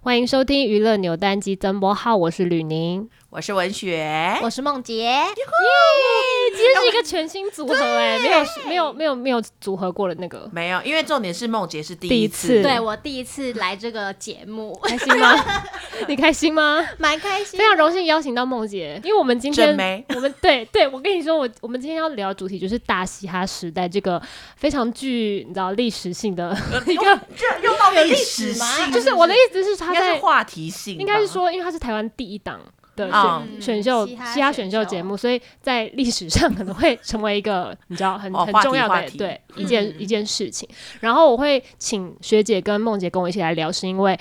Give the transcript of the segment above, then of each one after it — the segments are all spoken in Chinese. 欢迎收听娱乐扭蛋机增播号，我是吕宁，我是文雪，我是梦洁，今天是一个全新组合哎、没有没有没有没有组合过的那 个，没有，因为重点是梦洁是第第一一次次，对我第一次来这个节目，开心吗？你开心吗？ 蛮开心非。常荣幸邀请到梦姐，因为我们今天真没我们对对，我跟你说，我我们今天要聊的主题就是大嘻哈时代这个非常具你知道历史性的呃 一个，这又到历历史史吗性，就是我的意思是应他该在是话题性吧，应该是说，因为它是台湾第一档的选、嗯选秀嘻嘻哈选秀节目，所以在历史上可能会成为一个你知道很、哦很话题重要话的题对嗯一件、一件事情。然后我会请学姐跟梦姐跟我一起来聊，是因为。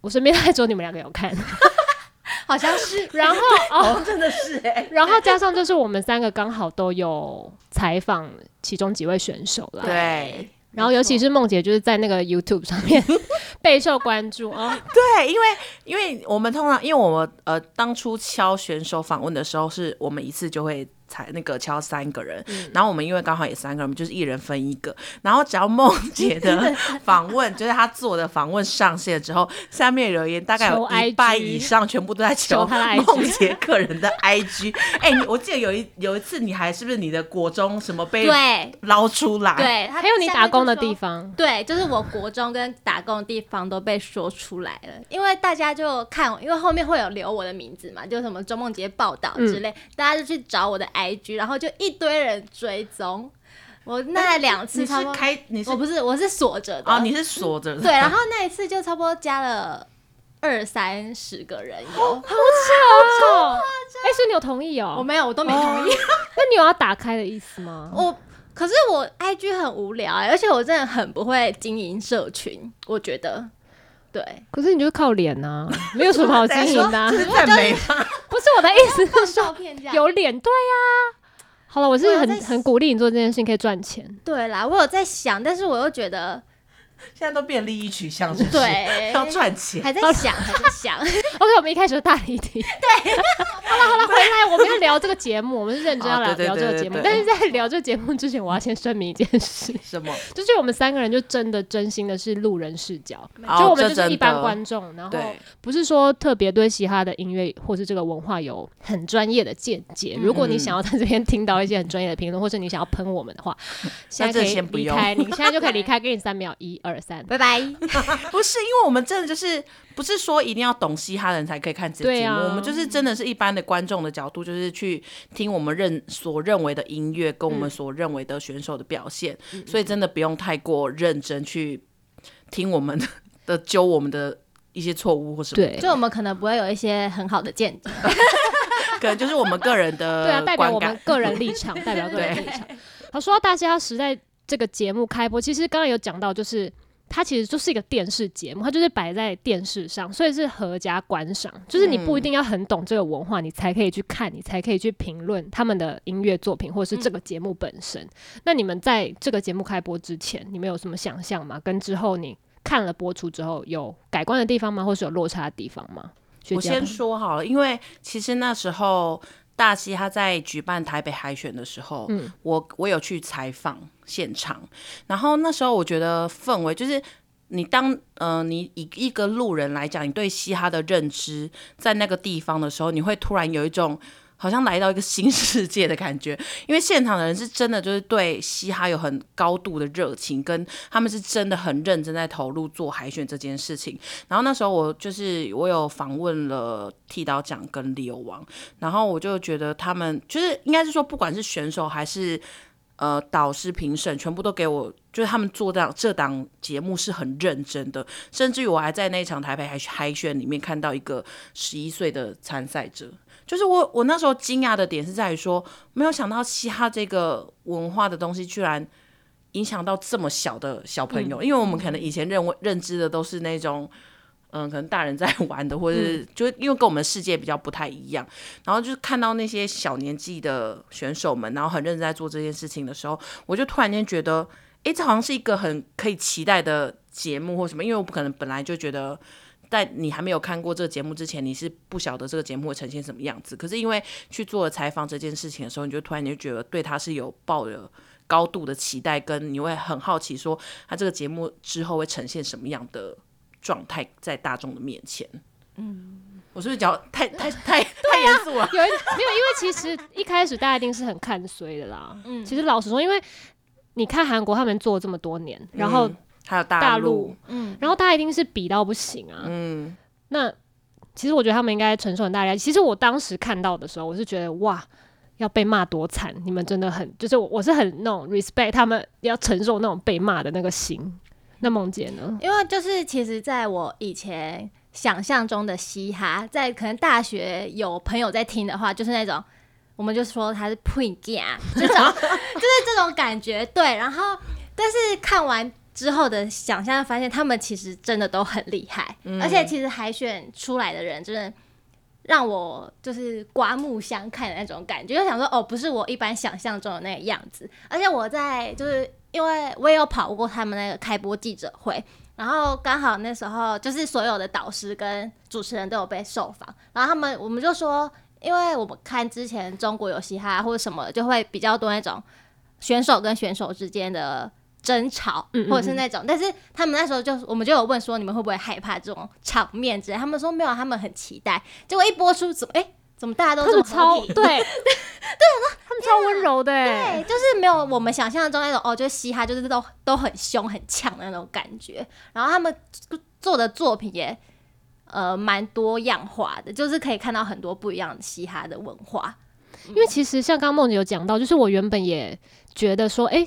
我身边太只有你们两个有看，好像是然后哦，真的是哎，然后加上就是我们三个刚好都有采访其中几位选手啦，对然后尤其没错是梦姐就是在那个 YouTube 上面备受关注哦，对，因为因为我们通常因为我们呃当初敲选手访问的时候，是我们一次就会。采那个敲三个人，嗯然后我们因为刚好也三个人，我们就是一人分一个。然后只要梦姐 的访问，就是她做的访问上线之后，下面留言大概求有 IG 一半以上全部都在求求她的 IG 梦姐个人的 IG。哎、 你我记得有一有一次你还是不是你的国中什么被对捞出来？对，他还有你打工的地方。方，对，就是我国中跟打工的地方都被说出来了，因为大家就看，因为后面会有留我的名字嘛，就什么周梦杰报道之嗯类，大家就去找我的 IG，然后就一堆人追踪。我那两次哎你是差不多，开你是我不是我是锁着的哦，你是锁着的 对，然后那一次就差不多加了二三十个人有，好巧哦！哎，所以你有同意哦？我没有，我都没同意。那你有要打开的意思吗？我可是我 IG 很无聊、欸，而且我真的很不会经营社群，我觉得。对，可是你就是靠脸 呐、没有什么好经营的啊、这是赞美吗？不是我的意思是说照片这样有脸，对呀、好了，我是我很有在很鼓励你做这件事情，可以赚钱。对啦，我有在想，但是我又觉得现在都变利益取向，是不是？对要赚钱。还在想，还在 想。 OK，我们一开始就大离 题。对， 好了好了，回来我们要聊这个节目，我们是认真要哦聊对对聊这个对节目。对但是在聊这个节目之前，我要先声明一件事，什么？就是我们三个人就真的真心的是路人视角，哦就我们这就是真一般的观众，然后对，不是说特别对嘻哈的音乐或是这个文化有很专业的见解。嗯如果你想要在这边听到一些很专业的评论，或是你想要喷我们 的话，现在可以先不离用开，你现在就可以离开，给你三秒，一二三。拜拜。不是因为我们真的就是不是说一定要懂嘻哈的人才可以看这个对节目，啊我们就是真的是一般的观众的角度，就是去听我们认所认为的音乐跟我们所认为的选手的表现，嗯所以真的不用太过认真去听我们的 的揪我们的一些错误或什么，对，就我们可能不会有一些很好的见解，可能就是我们个人的对啊，代表观我感们。个人立场，代表个 人立场。好，说到《大嘻哈时代》这个节目开播，其实刚刚有讲到，就是它其实就是一个电视节目，它就是摆在电视上，所以是合家观赏。就是你嗯不一定要很懂这个文化，你才可以去看，你才可以去评论他们的音乐作品，或是这嗯个节目本身。那你们在这个节目开播之前，你们有什么想象吗？跟之后你看了播出之后有改观的地方吗？或是有落差的地方吗？学我姐要先不说好了，因为其实那时候大西他在举办台北海选的时候，嗯我我有去采访现场，然后那时候我觉得氛围就是。你当呃，你以一个路人来讲，你对嘻哈的认知，在那个地方的时候，你会突然有一种好像来到一个新 世界的感觉，因为现场的人是真的就是对嘻哈有很高度的热情，跟他们是真的很认真在投入做海选这件事情。然后那时候我就是我有访问了剃刀奖跟理由王，然后我就觉得他们就是应该是说，不管是选手还是呃导师评审，全部都给我就是他们做档这档节目是很认真的，甚至于我还在那一场台北海海选里面看到一个十一岁的参赛者。就是我，我那时候惊讶的点是在于说，没有想到嘻哈这个文化的东西，居然影响到这么小的小朋友。因为我们可能以前认为认知的都是那种，嗯，可能大人在 玩的，或者是、就因为跟我们世界比较不太一样。然后就是看到那些小年纪的选手们，然后很认真在做这件事情的时候，我就突然间觉得，诶，这好像是一个很可以期待的节目或什么。因为我不可能本来就觉得。在你还没有看过这个节目之前，你是不晓得这个节目会呈现什么样子。可是因为去做了采访这件事情的时候，你就突然间觉得对他是有抱着高度的期待，跟你会很好奇说他这个节目之后会呈现什么样的状态在大众的面前。嗯，我是不是讲太太太太严肃 了？有一没有？因为其实一开始大家一定是很看衰的啦。嗯，其实老实说，因为你看韩国他们做了这么多年，然后、嗯还有大大陆陆，嗯，然后大家一定是比到不行啊。嗯，那其实我觉得他们应该承受很大压力。其实我当时看到的时候，我是觉得哇，要被骂多惨！你们真的很，就是我我是很那种 respect 他们要承受那种被骂的那个心。那梦姐呢？因为就是其实在我以前想象中的嘻哈，在可能大学有朋友在听的话，就是那种。我们就说他是 pre g a 这种就是这种感觉，对。然后，但是看完之后的想象，发现他们其实真的都很厉害，而且其实海选出来的人真的让我就是刮目相看的那种感觉，就想说哦，不是我一般想象中的那个样子。而且我在就是因为我也有跑过他们那个开播记者会，然后刚好那时候就是所有的导师跟主持人都有被受访，然后他们我们就说，因为我们看之前中国有嘻哈或者什么，就会比较多那种选手跟选手之间的。争吵，嗯嗯或者是那种，但是他们那时候就我们就有问说你们会不会害怕这种场面之类，他们说没有，他们很期待。结果一播出怎么哎、怎么大家都他这们么超对 happy 对，他们超温柔的、欸，对，就是没有我们想象中那种哦，就是嘻哈就是都都很凶很呛的那种感觉。然后他们做的作品也呃蛮多样化的，就是可以看到很多不一样的嘻哈的文化。 因为其实像刚刚梦姐有讲到，就是我原本也觉得说，诶，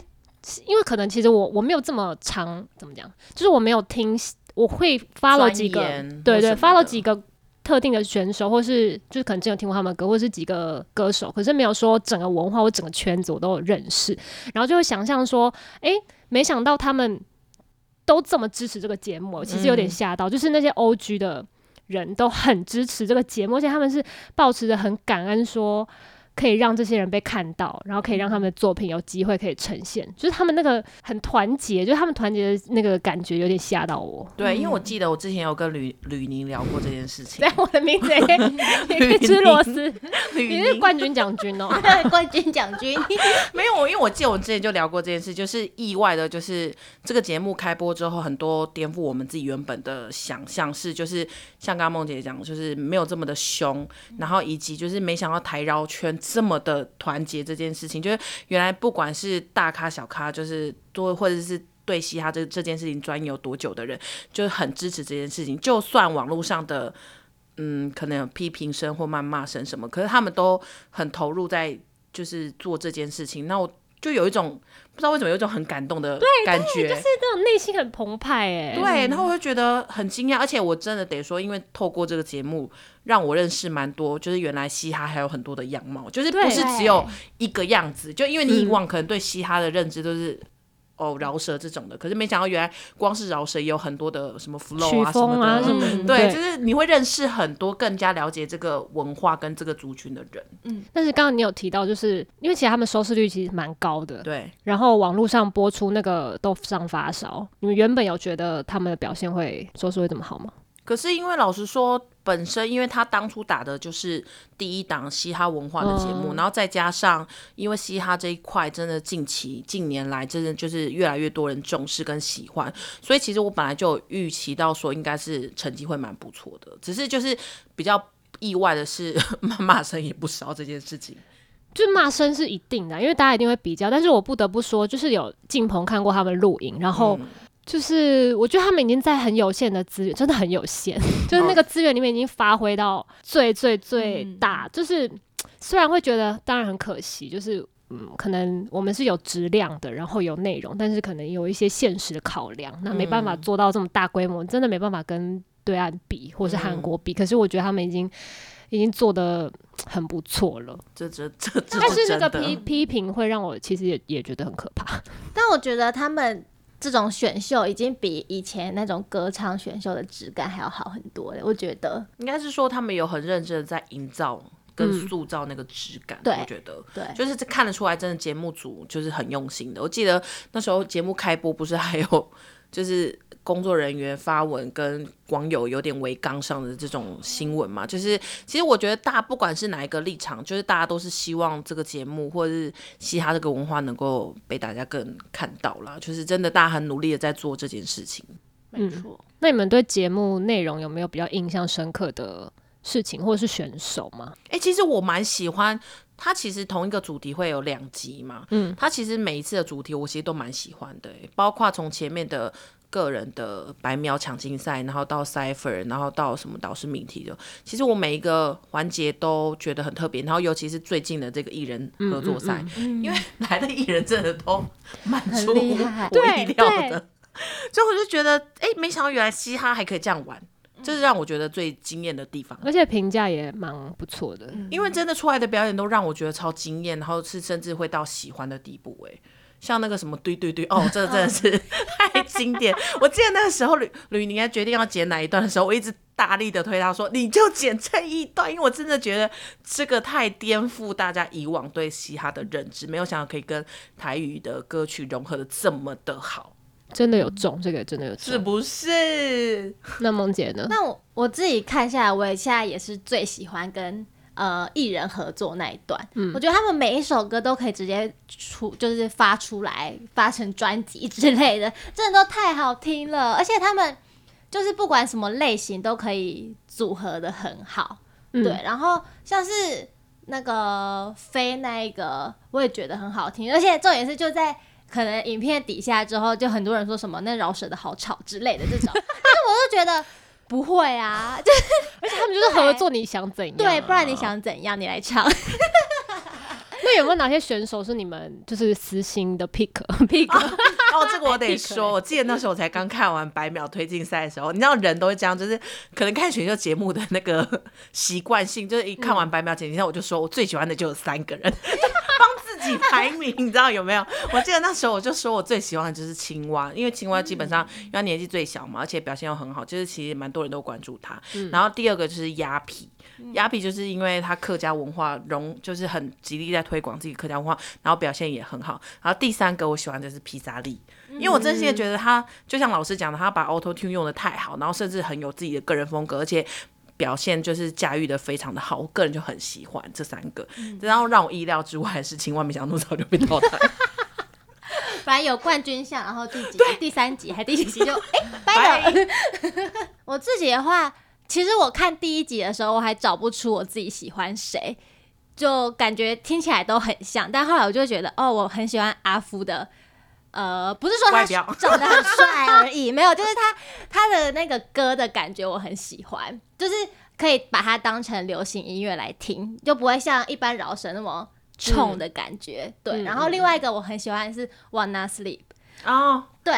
因为可能其实我我没有这么长，怎么讲，就是我没有听，我会 follow 几个钻研，对对或什么，follow 的几个特定的选手，或是就是可能真有听过他们的歌，或是几个歌手，可是没有说整个文化或整个圈子我都有认识，然后就会想象说，诶，没想到他们都这么支持这个节目，其实有点嗯吓到，就是那些 O G 的。人都很支持这个节目，而且他们是抱持着很感恩说可以让这些人被看到，然后可以让他们的作品有机会可以呈现，就是他们那个很团结，就是他们团结的那个感觉有点吓到 我。对，因为我记得我之前有跟吕吕宁聊过这件事情对，，我的名字 也可以也可以吃螺丝，吕你是宁冠军奖军 哦、冠军奖军， 没有，因为我记得我之前就聊过这件事，就是意外的，就是这个节目开播之后，很多颠覆我们自己原本的想象，是就是像刚刚梦姐讲，就是没有这么的凶，然后以及就是没想到台绕圈这么的团结这件事情，就是原来不管是大咖小咖，就是多或者是。对嘻哈这这件事情钻研有多久的人，就是很支持这件事情。就算网络上的，嗯，可能有批评声或谩骂声什么，可是他们都很投入在嗯就是做这件事情，那我就有一种不知道为什么有一种很感动的感觉，对，是那种内心很澎湃哎、然后我就觉得很惊讶，而且我真的得说，因为透过这个节目，让我认识蛮多，就是原来嘻哈还有很多的样貌，就是对嗯不是只有一个样子，就因为你以往可能对嘻哈的认知都是。哦，饶舌这种的，可是没想到原来光是饶舌也有很多的什么 flow 曲啊风么啊的，什么么的的，嗯对，就是你会认识很多更加了解这个文化跟这个族群的人，但是刚刚你有提到，就是因为其实他们收视率其实蛮高的，对，然后网络上播出那个豆腐上发烧，你们原本有觉得他们的表现会收视会这么好吗？可是因为老实说，本身因为他当初打的就是第一档嘻哈文化的节目，嗯然后再加上因为嘻哈这一块真的近期近年来真的就是越来越多人重视跟喜欢，所以其实我本来就有预期到说应该是成绩会蛮不错的，只是就是比较意外的是骂骂声也不少这件事情。就骂声是一定的，因为大家一定会比较。但是我不得不说，就是有进棚看过他们录影，然后嗯就是我觉得他们已经在很有限的资源，真的很有限，就是那个资源里面已经发挥到最最最大。就是嗯虽然会觉得当然很可惜，就是嗯，可能我们是有质量的，然后有内容，但是可能有一些现实的考量，那没办法做到这么大规模，真的没办法跟对岸比或是韩国比。可是我觉得他们已经已经做的很不错了。这这这这但是真那个的批批评会让我其实也也觉得很可怕。但我觉得他们。这种选秀已经比以前那种歌唱选秀的质感还要好很多了，我觉得。应该是说他们有很认真的在营造嗯跟塑造那个质感，对我觉得。对，就是这看得出来，真的节目组就是很用心的。我记得那时候节目开播，不是还有 就是工作人员发文跟网友有点为杠上的这种新闻嘛？就是其实我觉得大家不管是哪一个立场，就是大家都是希望这个节目或者是嘻哈这个文化能够被大家更看到啦。就是真的，大家很努力的在做这件事情。没错。 那你们对节目内容有没有比较印象深刻的事情，或者是选手吗？哎、其实我蛮喜欢。它其实同一个主题会有两集嘛，嗯，它其实每一次的主题我其实都蛮喜欢的、包括从前面的个人的白描抢金赛，然后到 cipher，然后到什么导师命题的，其实我每一个环节都觉得很特别，然后尤其是最近的这个艺人合作赛， 因为来的艺人真的都蛮出嗯很乎厉害我对意料对的，所以我就觉得，哎、没想到原来嘻哈还可以这样玩，这是让我觉得最惊艳的地方。而且评价也蛮不错的。嗯因为真的出来的表演都让我觉得超惊艳，然后是甚至会到喜欢的地步哎、像那个什么对对对哦，这个真的是 太经典！我记得那个时候吕吕宁在决定要剪哪一段的时候，我一直大力的推他说你就剪这一段，因为我真的觉得这个太颠覆大家以往对嘻哈的认知，没有想到可以跟台语的歌曲融合的这么的好，真的有中，这个真的有是中。不是？那梦姐呢？那我我自己看下来，我也现在也是最喜欢跟呃艺人合作那一段。我觉得他们每一首歌都可以直接出，就是发出来，发成专辑之类的，真的都太好听了。而且他们就是不管什么类型都可以组合的很好，嗯对。然后像是那个飞那一个，我也觉得很好听，而且重点是就在。可能影片底下之后，就很多人说什么那饶舌的好吵之类的这种，但 我就觉得不会啊，就而且他们就是合作，你想怎样、对，不然你。想怎样？你来唱， 那有没有哪些选手是你们就是私心的 pick pick？哦，这个我得说，我记得那时候我才刚看完百秒推进赛的时候，你知道人都会这样，就是可能看选秀节目的那个习惯性，就是一看完百秒剪辑赛，我就说我最喜欢的就有三个人，帮自己排名，你知道有没有？我记得那时候我就说我最喜欢的就是青蛙，因为青蛙基本上因为他年纪最小嘛，而且表现又很好，就是其实蛮多人都关注他。然后第二个就是鸭皮，鸭皮就是因为他客家文化融，就是很极力在推广自己客家文化，然后表现也很好。然后第三个我喜欢的是披萨力，因为我真心的觉得他就像老师讲的，他把 Auto Tune 用的太好，然后甚至很有自己的个人风格，而且。表现就是驾驭的非常的好，我个人就很喜欢这三个，然后让我意料之外的是青蛙没想到那么早就被淘汰，反正有冠军相，然后第几集、第三集还第几集 就哎掰了。 我自己的话，其实我看第一集的时候，我还找不出我自己喜欢谁，就感觉听起来都很像，但后来我就觉得哦，我很喜欢阿夫的。呃，不是说他外表长得很帅而已，没有，就是他他的那个歌的感觉我很喜欢，就是可以把它当成流行音乐来听，就不会像一般饶舌那么嗯冲的感觉。对，嗯然后另外一个我很喜欢的是 Wanna Sleep， 哦，对，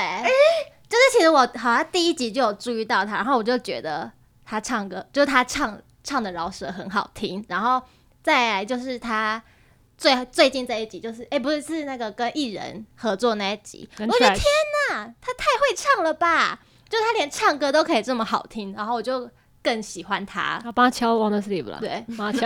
就是其实我好像第一集就有注意到他，然后我就觉得他唱歌，就是他唱唱的饶舌很好听，然后再来就是他最最近这一集，就是哎、诶不是是那个跟艺人合作那一集，我跟觉得 Trash 天呐，他太会唱了吧！就他连唱歌都可以这么好听，然后我就更喜欢 他。啊好，帮他敲 Wanna Sleep 啦。，对，帮他敲。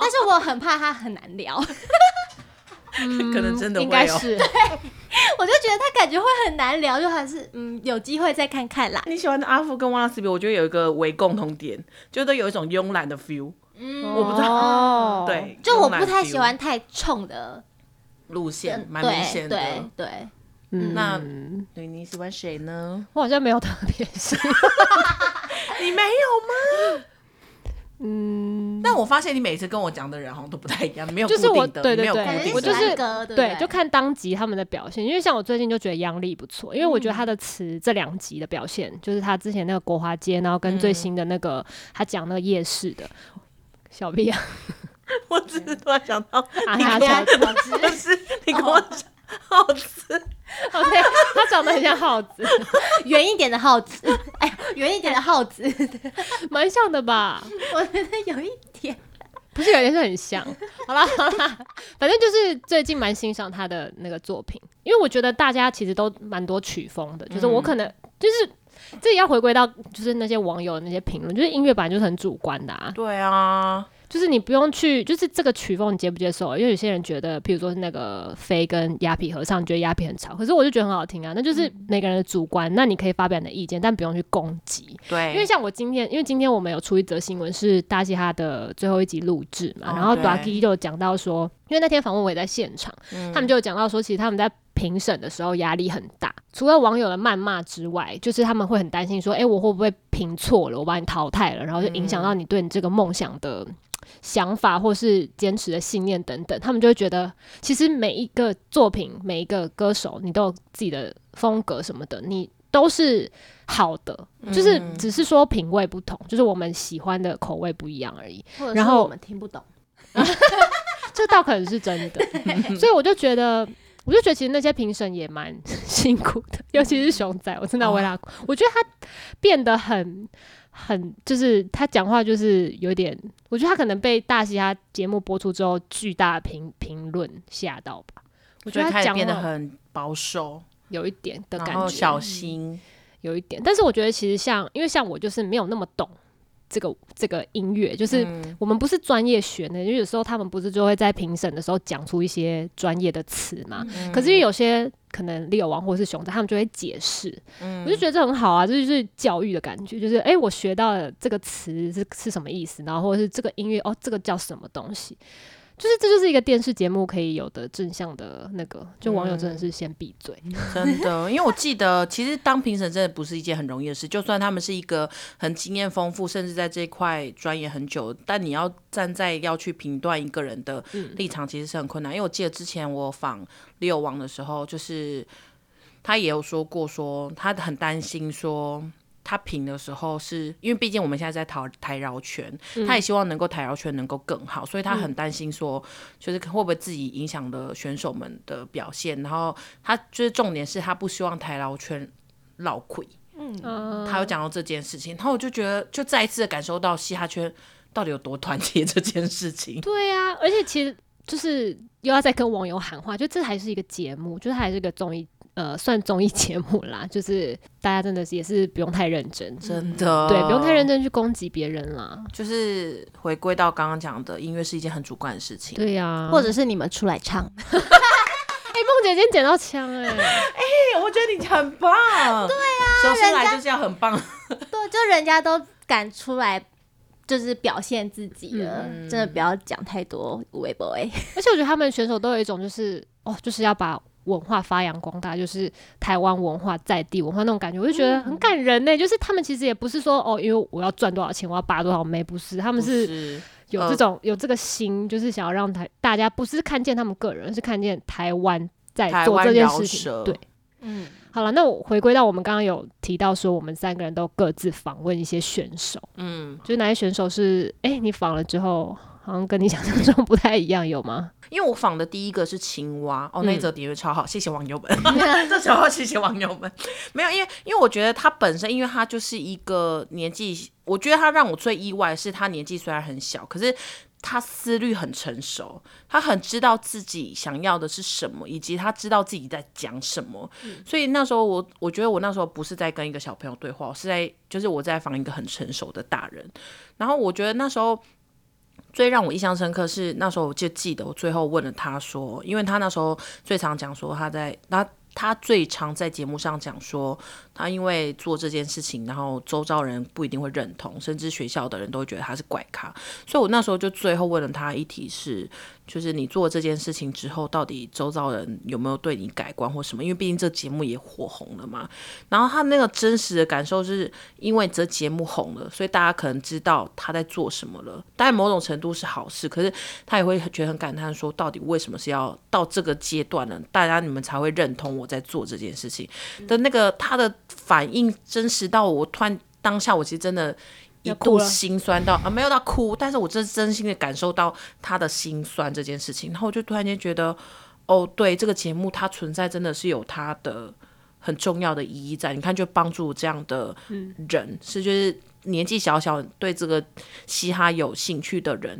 但是我很怕他很难聊， 我 可能真的嗯会、哦、应该 是。就觉得他感觉会很难聊，就还是嗯有机会再看看啦。你喜欢的阿富跟 Wanna Sleep，我觉得有一个为共同点，就是都有一种慵懒的 feel。我不知道哦道对，就我慵懒不太 feel 喜欢太冲的呃路线，蛮对明显的对。对，嗯那对你喜欢谁呢？我好像没有特别喜欢。你没有吗？嗯，但我发现你每次跟我讲的人好像都不太一样，没有固就是我定的，对对没有对固感觉定我的就是喜欢歌，对不就看当集他们的表现，因为像我最近就觉得央丽不错，因为我觉得他的词这两集的表现，就是他之前那个国华街，然后跟最新的那个、他讲那个夜市的小屁啊， 我只是突然想到，啊你哈跟乔我就是你跟我讲好吃，哦对，他长得很像耗子，圆一点的耗子，哎呀，圆一点的耗子，蛮像的吧？我觉得有一点。不是有点是很像。好啦好啦，反正就是最近蛮欣赏他的那个作品，因为我觉得大家其实都蛮多曲风的，就是我可能、就是。这也要回归到就是那些网友的那些评论，就是音乐本来就是很主观的啊，对啊，就是你不用去，就是这个曲风你接不接受？因为有些人觉得，譬如说是那个飞跟鸭皮合唱，觉得鸭皮很吵，可是我就觉得很好听啊。那就是每个人的主观，那你可以发表你的意见，但不用去攻击。对，因为像我今天，因为今天我们有出一则新闻是大嘻哈的最后一集录制嘛，哦然后对嗯 d a k i 就有讲到说，因为那天访问我也在现场，他们就有讲到说，其实他们在。评审的时候压力很大，除了网友的谩骂之外，就是他们会很担心说，哎、我会不会评错了，我把你淘汰了，然后就影响到你对你这个梦想的想法或是坚持的信念等等，他们就会觉得，其实每一个作品、每一个歌手，你都有自己的风格什么的，你都是好的，就是嗯只是说品味不同，就是我们喜欢的口味不一样而已。或者然是后我们听不懂，这倒可能是真的，所以我就觉得。我就觉得其实那些评审也蛮 辛苦的，尤其是熊仔，我真的为他，我觉得他变得很很，就是他讲话就是有点，我觉得他可能被大嘻哈节目播出之后巨大的评评论吓到吧，我觉所以得他也讲变得话很保守，有一点的感然后觉，小心，有一点，但是我觉得其实像，因为像我就是没有那么懂这个这个音乐，就是嗯我们不是专业学的，因为有时候他们不是就会在评审的时候讲出一些专业的词嘛。嗯可是因为有些可能利友王或是熊仔，他们就会解释，嗯我就觉得这很好啊，这就是教育的感觉，就是诶，我学到了这个词是是什么意思，然后或者是这个音乐哦，这个叫什么东西，就是这就是一个电视节目可以有的正向的那个，就网友嗯真的是先闭嘴， 真的，因为我记得，其实当评审真的不是一件很容易的事。就算他们是一个很经验丰富，甚至在这一块钻研很久，但你要站在要去评断一个人的立场，其实是很困难。因为我记得之前我访六王的时候，就是他也有说过说他很担心说。他评的时候是，因为毕竟我们现在在讨台饶圈，他也希望能够台饶圈能够更好，所以他很担心说，就是会不会自己影响了选手们的表现，然后他就是重点是他不希望台劳圈落亏，嗯他有讲到这件事情，然后我就觉得就再一次的感受到嘻哈圈到底有多团结这件事情。对呀、而且其实就是又要再跟网友喊话，就这还是一个节目，就是还是一个综艺，呃，算综艺节目啦。就是大家真的是也是不用太认真，真的，嗯对，不用太认真去攻击别人啦。就是回归到刚刚讲的，音乐是一件很主观的事情。对呀、或者是你们出来唱， 哎，梦、姐今天捡到枪哎、对，我觉得你很棒。对啊，说出来就是要很棒。对，就人家都敢出来。就是表现自己了，真的不要讲太多微 博哎，而且我觉得他们选手都有一种就是哦，就是要把。文化发扬光大，就是台湾文化在地文化那种感觉，我就觉得很感人呢、就是他们其实也不是说哦，因为我要赚多少钱，我要拔多少眉，不是，他们是是有这种、有这个心，就是想要让台大家不是看见他们个人，而是看见台湾在台做这湾件饶事情。舌，对，嗯，好了，那我回归到我们刚刚有提到说，我们三个人都各自访问一些选手，嗯，就是哪些选手是哎、你访了之后好像跟你想象中不 太一样，有吗？因为我访的第一个是青蛙，哦，那一嗯则的确超好，谢谢网友们， 这时候谢谢网友们。没有，因为因为我觉得他本身，因为他就是一个年纪，我觉得他让我最意外的是他年纪虽然很小，可是。他思虑很成熟，他很知道自己想要的是什么，以及他知道自己在讲什么。所以那时候我，我觉得我那时候不是在跟一个小朋友对话，我是在就是我在访一个很成熟的大人。然后我觉得那时候最让我印象深刻是那时候我就记得我最后问了他说，因为他那时候最常讲说他在他他最常在节目上讲说他因为做这件事情，然后周遭人不一定会认同，甚至学校的人都会觉得他是怪咖，所以我那时候就最后问了他一题是，就是你做这件事情之后，到底周遭人有没有对你改观或什么？因为毕竟这节目也火红了嘛。然后他那个真实的感受是，因为这节目红了，所以大家可能知道他在做什么了。当然，某种程度是好事，可是他也会觉得很感叹，说到底为什么是要到这个阶段呢？大家你们才会认同我在做这件事情的那个他的反应，真实到我突然当下，我其实真的。一要哭度了心酸到啊，没有到哭，但是我真真心的感受到他的心酸这件事情，然后我就突然间觉得，哦，对，这个节目它存在真的是有它的很重要的意义在。你看，就帮助这样的嗯人，是就是年纪小小对这个嘻哈有兴趣的人，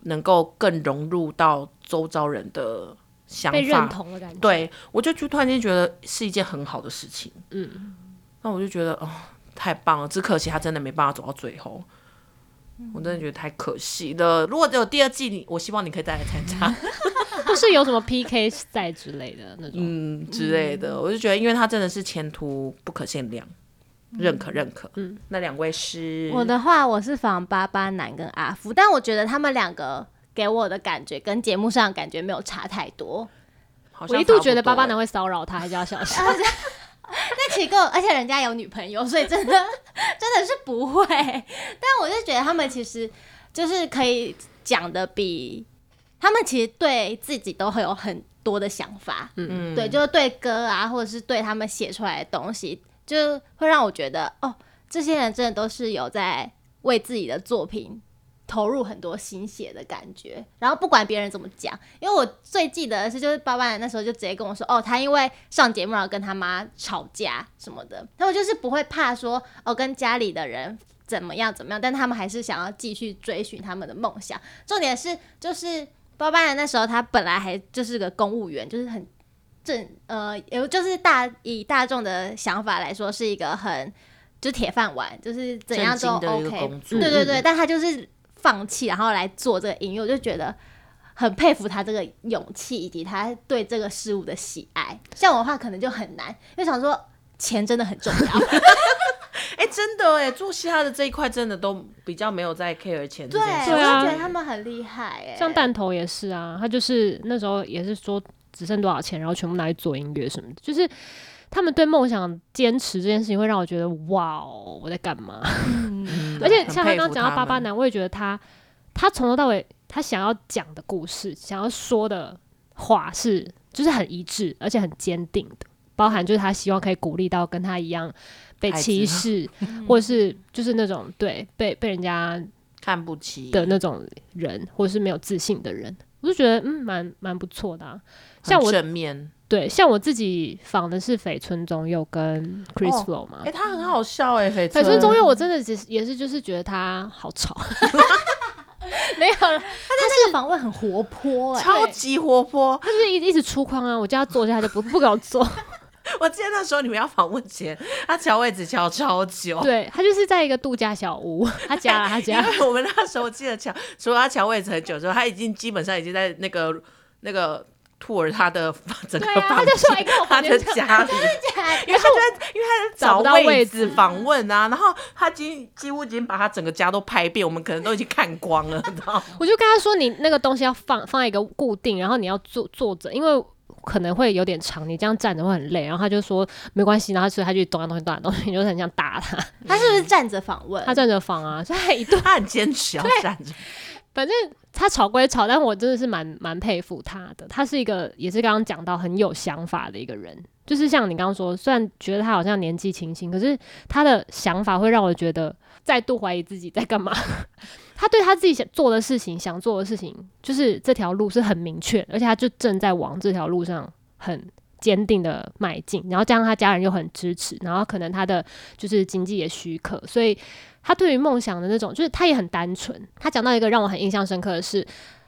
能够更融入到周遭人的想被认法。同的感觉，，对，我就就突然间觉得是一件很好的事情。嗯，那我就觉得哦，太棒了，只可惜他真的没办法走到最后。我真的觉得太可惜了。如果有第二季，你我希望你可以再来参加。或是有什么 PK 赛之类的那种。嗯之类的，我就觉得，因为他真的是前途不可限量，认可认可。嗯，那两位是嗯我的话，我是仿巴巴男跟阿福，但我觉得他们两个给我的感觉跟节目上的感觉没有差太多。好我像一度差不觉得多巴巴欸男会骚扰他，还叫他小心。但其实跟我，而且人家有女朋友，所以真的 真的是不会。但我就觉得他们其实就是可以讲的比他们其实对自己都会有很多的想法，嗯对，就是对歌啊，或者是对他们写出来的东西，就会让我觉得哦，这些人真的都是有在为自己的作品投入很多心血的感觉。然后不管别人怎么讲，因为我最记得的是，就是爸爸那时候就直接跟我说，哦，他因为上节目然后跟他妈吵架什么的，他们就是不会怕说哦跟家里的人。怎么样怎么样？但他们还是想要继续追寻他们的梦想。重点是，就是包办的那时候，他本来还就是个公务员，就是很正呃，有就是大以大众的想法来说，是一个很就是铁饭碗，就是怎样正都经的一个 OK 工。作嗯对对对，但他就是放弃，然后来做这个音乐，我就觉得很佩服他这个勇气以及他对这个事物的喜爱。像我的话，可能就很难，因为想说钱真的很重 要。哎、真的哎，做嘻哈的这一块真的都比较没有在 care 钱这对，件我事就对啊觉得他们很厉害哎、像弹头也是啊，他就是那时候也是说只剩多少钱，然后全部拿去做音乐什么的，就是他们对梦想坚持这件事情，会让我觉得哇哦，我在干嘛？嗯而且很像他刚佩刚服讲到他巴巴们男，我也觉得他他从头到尾他想要讲的故事，想要说的话是就是很一致，而且很坚定的，包含就是他希望可以鼓励到跟他一样被孩子歧视，或者是就是那种对被被人家看不起的那种人，或是没有自信的人，我就觉得嗯，蛮蛮不错的、啊。像很我正面，对，像我自己仿的是绯村中佑跟 Chris 哦 Flow 嘛哎、，他很好笑哎，翡绯翠村中佑我真的只是也是就是觉得他好吵，没有了，他在那个访问很活泼哎、超级活泼。他就是一直一直粗框啊，我叫他坐下他就不不给我 坐，我记得那时候你们要访问前，他调位置调超久。对他就是在一个度假小屋，他家了他因家。 为我们那时候我记得调，除了他调位置很久之后，他已经基本上已经在那个那个 tour 他的整个对啊房他就说哎间，跟我他房间的差家里，因为他就在，因为他在找不到位位置置访问啊，然后他已经几乎已经把他整个家都拍遍，我们可能都已经看光了，你知道吗？我就跟他说，你那个东西要放放在一个固定，然后你要坐坐着，因为可能会有点长，你这样站着会很累。然后他就说没关系，然后所以他就东东西东东西，你就 很想打他。他是不是站着访问？他站着防啊， 所以他一度他很坚持要站着，反正他吵归吵，但我真的是蛮蛮佩服他的。他是一个也是刚刚讲到很有想法的一个人，就是像你刚刚说，虽然觉得他好像年纪轻轻，可是他的想法会让我觉得再度怀疑自己在干嘛。 他对他自己想做的事情、想做的事情，就是这条路是很明确，而且他就正在往这条路上很坚定的迈进。然后加上他家人又很支持，然后可能他的就是经济也许可，所以他对于梦想的那种，就是他也很单纯。他讲到一个让我很印象深刻的是，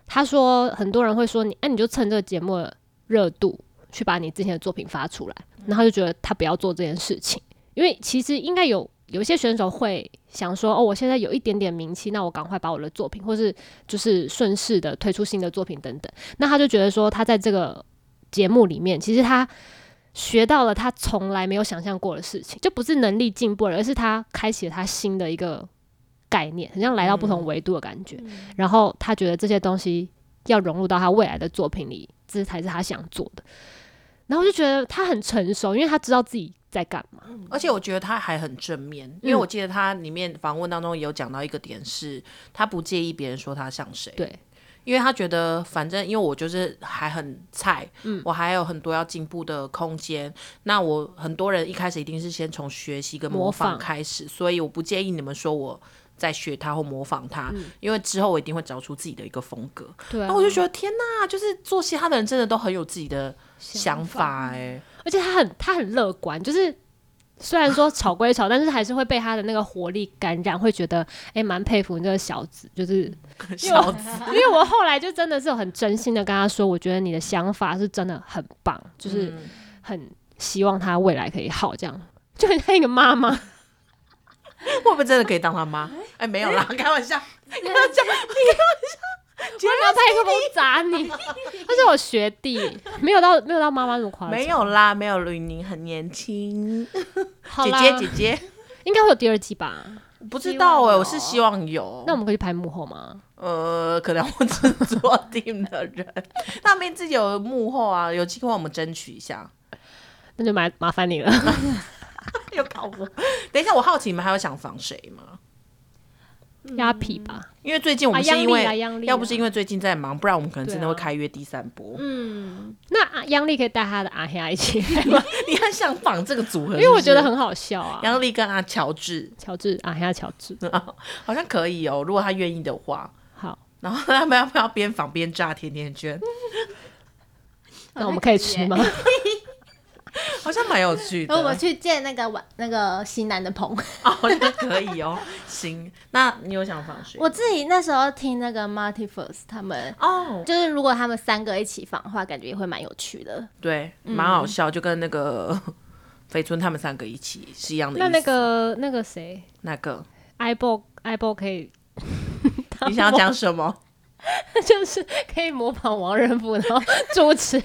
他说很多人会说你，哎、你就趁这个节目的热度去把你之前的作品发出来，然后他就觉得他不要做这件事情，因为其实应该有有一些选手会想说，哦，我现在有一点点名气，那我赶快把我的作品，或是就是顺势的推出新的作品等等。那他就觉得说，他在这个节目里面，其实他学到了他从来没有想象过的事情，就不是能力进步了，而是他开启了他新的一个概念，很像来到不同维度的感觉。嗯然后他觉得这些东西要融入到他未来的作品里，这才是他想做的。然后我就觉得他很成熟，因为他知道自己在干嘛。而且我觉得他还很正面，嗯因为我记得他里面访问当中有讲到一个点是，他不介意别人说他像谁，对，因为他觉得反正因为我就是还很菜，我还有很多要进步的空间。那我很多人一开始一定是先从学习跟模模仿仿开始，所以我不介意你们说我在学他或模仿他，因为之后我一定会找出自己的一个风格。对、啊。然后我就觉得天哪，就是做嘻哈的人真的都很有自己的想法哎、而且他很他很乐观，就是虽然说吵归吵，但是还是会被他的那个活力感染，会觉得哎，蛮、佩服你这个小子。 就是小子， 因为我后来就真的是有很真心的跟他说，我觉得你的想法是真的很棒，就是嗯很希望他未来可以好，这样就很像一个妈妈。会不会真的可以当他妈？哎、没有啦，开玩笑，我拿麦克风砸 你，他是我学弟，没有到没有到妈妈那么夸张，没有啦，没有。吕宁很年轻，好姐啦姐姐姐，应该会有第二季吧？不知道哎、希望有我是希望有。那我们可以拍幕后吗？呃，可能我只 做 team 的人，那边自己有幕后啊，有机会我们争取一下。那就麻麻烦你了。又搞我！等一下，我好奇你们还有想防谁吗？鸭皮吧，因为最近我们啊是因央丽为、啊央丽啊要不是因为最近在忙，不然我们可能真的会对啊开约第三波。嗯，那啊央丽可以带她的阿黑啊一起来 吗？你很想仿这个组合因为我觉得是很好笑啊不是。杨丽跟阿乔治 乔治阿黑啊乔治，好像可以哦，如果他愿意的话。好，然后他们要不要边仿边炸甜甜圈？那我们可以吃吗？好像蛮有趣的。然后我们去见那个晚那个西南的棚。哦，好像可以哦。行，那你有想放谁？ 我自己那时候听那个 Marty First 他们，哦，就是如果他们三个一起放的话，感觉也会蛮有趣的。对，蛮好笑，就跟那个 肥春他们三个一起是一样的 意那思。那个那个谁那个， i b o i b o 可以， 你想要讲什么？ 就是可以模仿王仁甫，然后主持，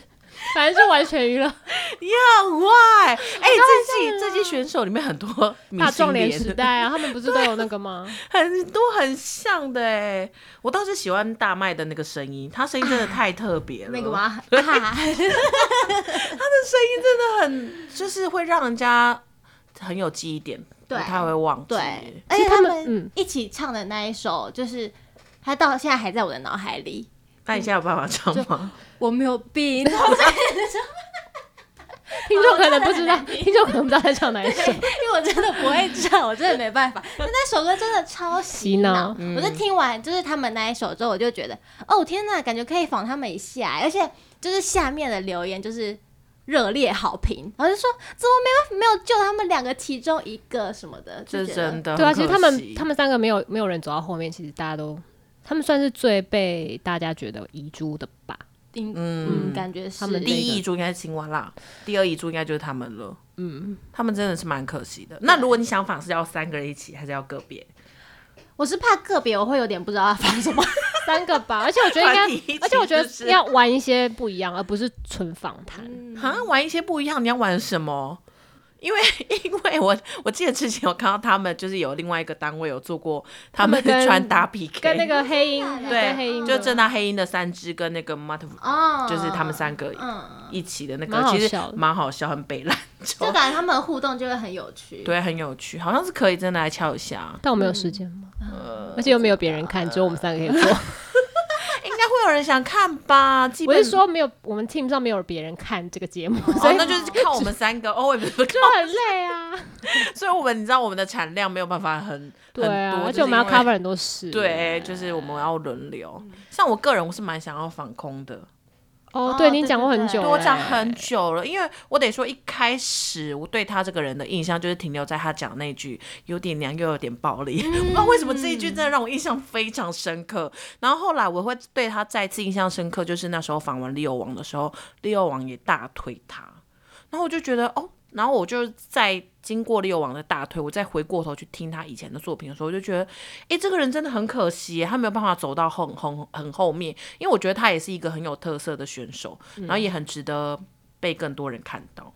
反正就完全娱乐。你很坏！哎、这季这季选手里面很多明 大星壮脸时代啊，他们不是都有那个吗？很多很像的哎、我倒是喜欢大麦的那个声音，他声音真的太特别了。那个？吗？哈 声音真的很，就是会让人家很有记忆点，对不太会忘记。对，而其实且他他们们嗯一起唱的那一首，就是他到现在还在我的脑海里。那你现在有办法唱吗？我没有 病，听众可能不知 道，听众可能不知道在唱哪一首。 因为我真的不会唱，我真的没办法。但那首歌真的超洗脑，嗯哦我就听完就是他们那一首之后，我就觉得哦天呐，感觉可以仿他们一下，而且就是下面的留言就是。热烈好评，然后就说怎么没有没有救他们两个其中一个什么的，这就觉得真的对啊，很其实可他们惜他们三个没有没有人走到后面，其实大家都他们算是最被大家觉得遗珠的吧。应嗯嗯感觉是他们第这一个遗珠应该是青蛙啦，第二遗珠应该就是他们了。嗯，他们真的是蛮可惜的。那如果你想仿是要三个人一起，还是要个别？我是怕个别我会有点不知道要放什么，三个 吧，而且我觉得应团体一起该，而且我觉就是得要玩一些不一样，而不是纯访谈。好像玩一些不一样，你要玩什么？因为 因为我我记得之前我看到他们就是有另外一个单位有做过他们他们的跟穿搭 PK，跟那个黑鹰，对跟黑鹰就的正大黑鹰的三只跟那个 Mart，、哦，就是他们三个嗯，一起的那个蛮，好其实笑的蛮好笑，很北烂，就就感觉他们的互动就会很有趣。，对，很有趣，好像是可以真的来敲一下，但我们有时间吗？呃而且又没有别人看，只有我们三个可以 做。应该会有人想看吧？基我本是说，没有我们 team 上没有别人看这个节目，哦。所以那就是靠我们三个哦，我也不是就靠，很累啊。所以我们你知道我们的产量没有办法很对很啊，而多，就且是我们要因为 cover 很多事。对，就是我们要轮流。像我个人，我是蛮想要防空的，哦哦，对，你对讲过对很对久对了，欸我讲很久了，因为我得说一开始我对他这个人的印象就是停留在他讲那句有点娘又有点暴力，嗯 我不知道为什么这一句真的让我印象非常深刻。然后后来我会对他再次印象深刻，就是那时候访问利欧王的时候，利欧王也大推他，然后我就觉得哦。然后我就在经过利欧王的大推，我再回过头去听他以前的作品的时候，我就觉得，诶，这个人真的很可惜，他没有办法走到很很很后面，因为我觉得他也是一个很有特色的选手，然嗯后也很值得被更多人看到。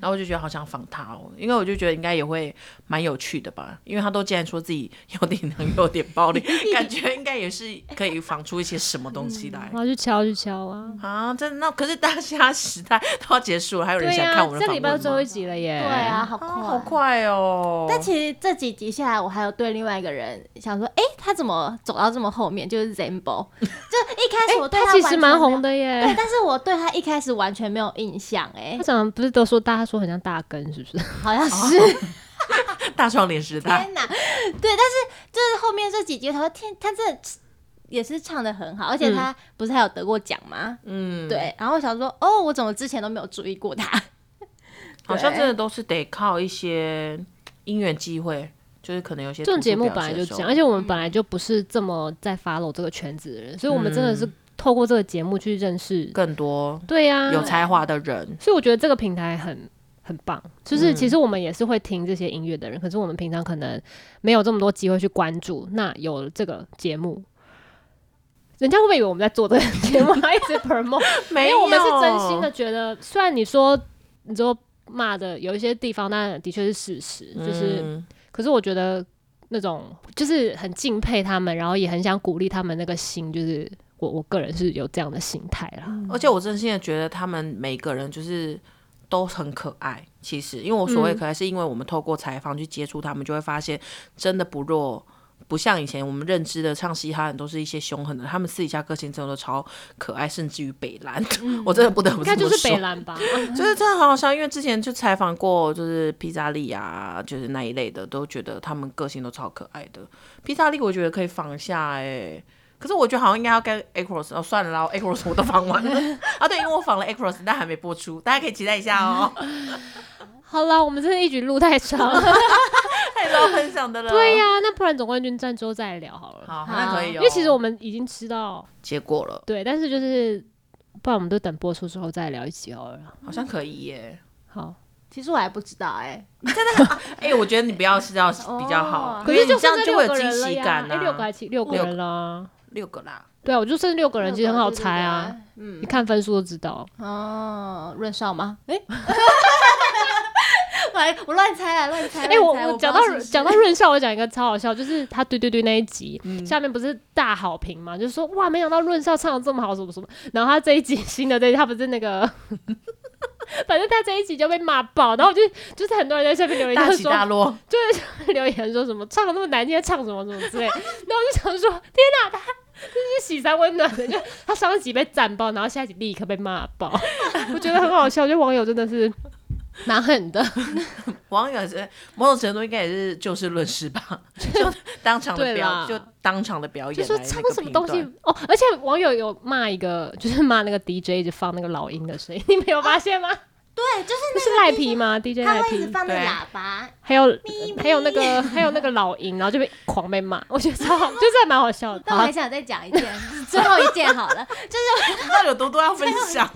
然后我就觉得好想仿他哦，因为我就觉得应该也会蛮有趣的吧，因为他都既然说自己有点能有点暴力，感觉应该也是可以仿出一些什么东西来我。要去敲去敲啊。 啊，真的那可是大虾时代都要结束了，还有人对想呀、看我们的这访礼拜问最后吗一？集了耶。对啊，，好快，啊，好。快哦！但其实这几集下来，我还有对另外一个人想说，诶，他怎么走到这么后面？就是 Zembo，就一开始我对他完其实全啊蛮红没有，的对，耶。但是我对他一开始完全没有印象，哎 他，长得不是都说大家说很像大根，是不是？好像 是，大双脸时代，天哪， 对，但是就是后面这几集，他说天，他这也是唱的很好，而且嗯他不是还有得过奖吗？嗯，对，然后我想说，哦，我怎么之前都没有注意过他？ 好像对真的都是得靠一些因缘机会，就是可能有些这种突出节目表本来现就的这时样，候而且我们本来就不是这么在 follow 这个圈子的人，所以我们真的是透过这个节目去认识。更多对呀、有才华的人，所以我觉得这个平台很很棒，就是其实我们也是会听这些音乐的人，可是我们平常可能没有这么多机会去关注。那有了这个节目，人家会不会以为我们在做这个节目， 还一直 promote？没因为有，我们是真心的觉得，虽然你说你说骂的有一些地方，那的确是事实，就是，嗯可是我觉得那种就是很敬佩他们，然后也很想鼓励他们那个心，就是我我个人是有这样的心态啦。而且我真心的觉得他们每个人就是都很可爱。其实，因为我所嗯谓可爱，是因为我们透过采访去接触他们，就会发现真的不弱。不像以前我们认知的唱嘻哈人都是一些凶狠的，他们私底下个性真的都超可爱，甚至于北兰，我真的不得不嗯应这该么说。就是北兰吧？就是真的很好笑，因为之前就采访过，就是披萨利啊，就是那一类的，都觉得他们个性都超可爱的。披萨利我觉得可以仿一下哎、可是我觉得好像应该要跟 Acros 哦，算了啦，Acros 我都仿完了 啊，对，因为我仿了 Acros，但还没播出，大家可以期待一下哦。 好啦，我们真的一局录太长了。 太老分享的了，对、呀、那不然总冠军战之后再聊好了。好，那可以、哦，因为其实我们已经知道，结果了，对，但是就是不然我们都等播出之后再聊一集好了。好像可以耶。好，其实我还不知道哎、哎、我觉得你不要是要比较好，哦可因为是就你这剩样这就会六有个惊人了喜呀，感哎、六个啊。还七六个六人啊啦。六个啦，对啊，我就剩六个人，其实很好猜那啊个。我就觉你看分数就知道。得。哦，润少吗？ 哎、我还我乱猜啊，乱猜。哎、乱我猜我不知讲道到是不是讲 到润少，我讲一个超好笑，就是他对对对那一集、嗯下面不是大好评嘛，就是说哇，没想到润少唱的这么好，什么什么。然后他这一集 新的这一集，他不是那个， 反正他这一集就被骂爆，然后我就就是很多人在下面留言大就起说大落。就是 留言说什么唱的那么难听，唱什么什么 之类。然后我就想说，天哪，他这是喜三温暖的，就他上一集被赞爆，然后下一集立刻被骂爆， 我觉得很好笑，就网友真的是蛮狠的。网友是某种程度应该也是就事论事 吧，就当场的对表啦就当场的表演就来说那个唱什么评东西断。哦，而且网友有骂一个，就是骂那个 DJ 一直放那个老鹰的声音， 你没有发现 吗？对，就是那是赖皮吗？DJ 他赖会一直皮，放那对个喇叭，还有还有那个还有那个老鹰，然后就被狂被骂，我觉得超好，就是还蛮好笑的。但我还想再讲一件，最后一件好了。到底有多多要分 享？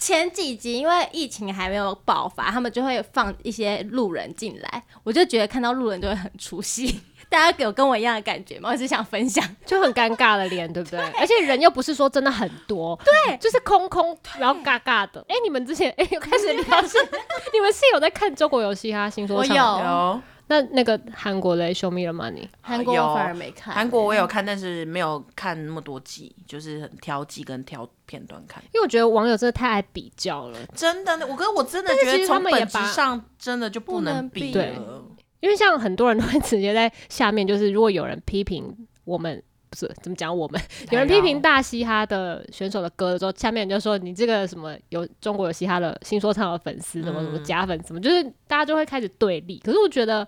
前几集因为疫情还没有爆发，他们就会放一些路人进来，我就觉得看到路人就会很出戏。 大家有跟我一样的感觉吗？我只想分享。就很尴尬的脸，对不对？而且人又不是说真的很多，对，就是空空，然后尬尬 的。哎、你们之前哎、又开始聊是， 你们是有在看中国游戏哈新说唱吗？我有有那那个韩国的《Show Me the Money》，韩啊国我反而没看，韩国我有看，但是没有看那么多季，就是很挑季跟挑片段看。因为我觉得网友真的太爱比较了。真的，我跟我真的但是觉其得实从他们也本质把上真的就不能能比比对了。因为像很多人都会 直接在下面，就是如果有人批评我们，不是怎么讲我们，有人批评大嘻哈的选手的歌的时候，下面人就说你这个什么有中国有嘻哈的新说唱的粉丝，什么什么假粉，什么，就是大家就会开始对立。可是我觉得。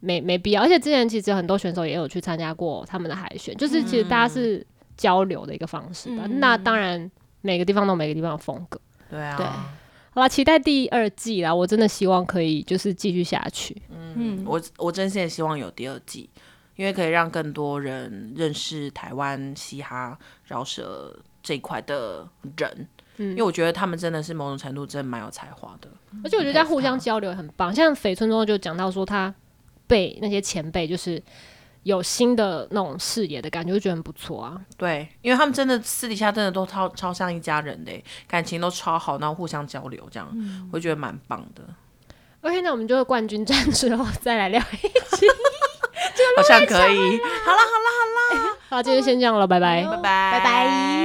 没没必要，而且之前其实很多选手也有去参加过他们的海选，就是其实大家是交流的一个方式吧。嗯那当然，每个地方都有每个地方的风格。对啊，对好啦，期待第二季啦！我真的希望可以就是继续下去。嗯，我我真心的希望有第二季，因为可以让更多人认识台湾嘻哈饶舌这一块的人。嗯因为我觉得他们真的是某种程度真的蛮有才华的。而且我觉得大家互相交流也很棒，像翡翠中就讲到说他被那些前辈就是有新的那种视野的感觉，我觉得很不错啊。对，因为他们真的私底下真的都超超像一家人的欸，感情都超好，然后互相交流，这样、我觉得蛮棒的。 OK，那我们就冠军战之后再来聊。 好像可以。好了好了，好，今天就先这样了，拜拜。拜拜拜拜。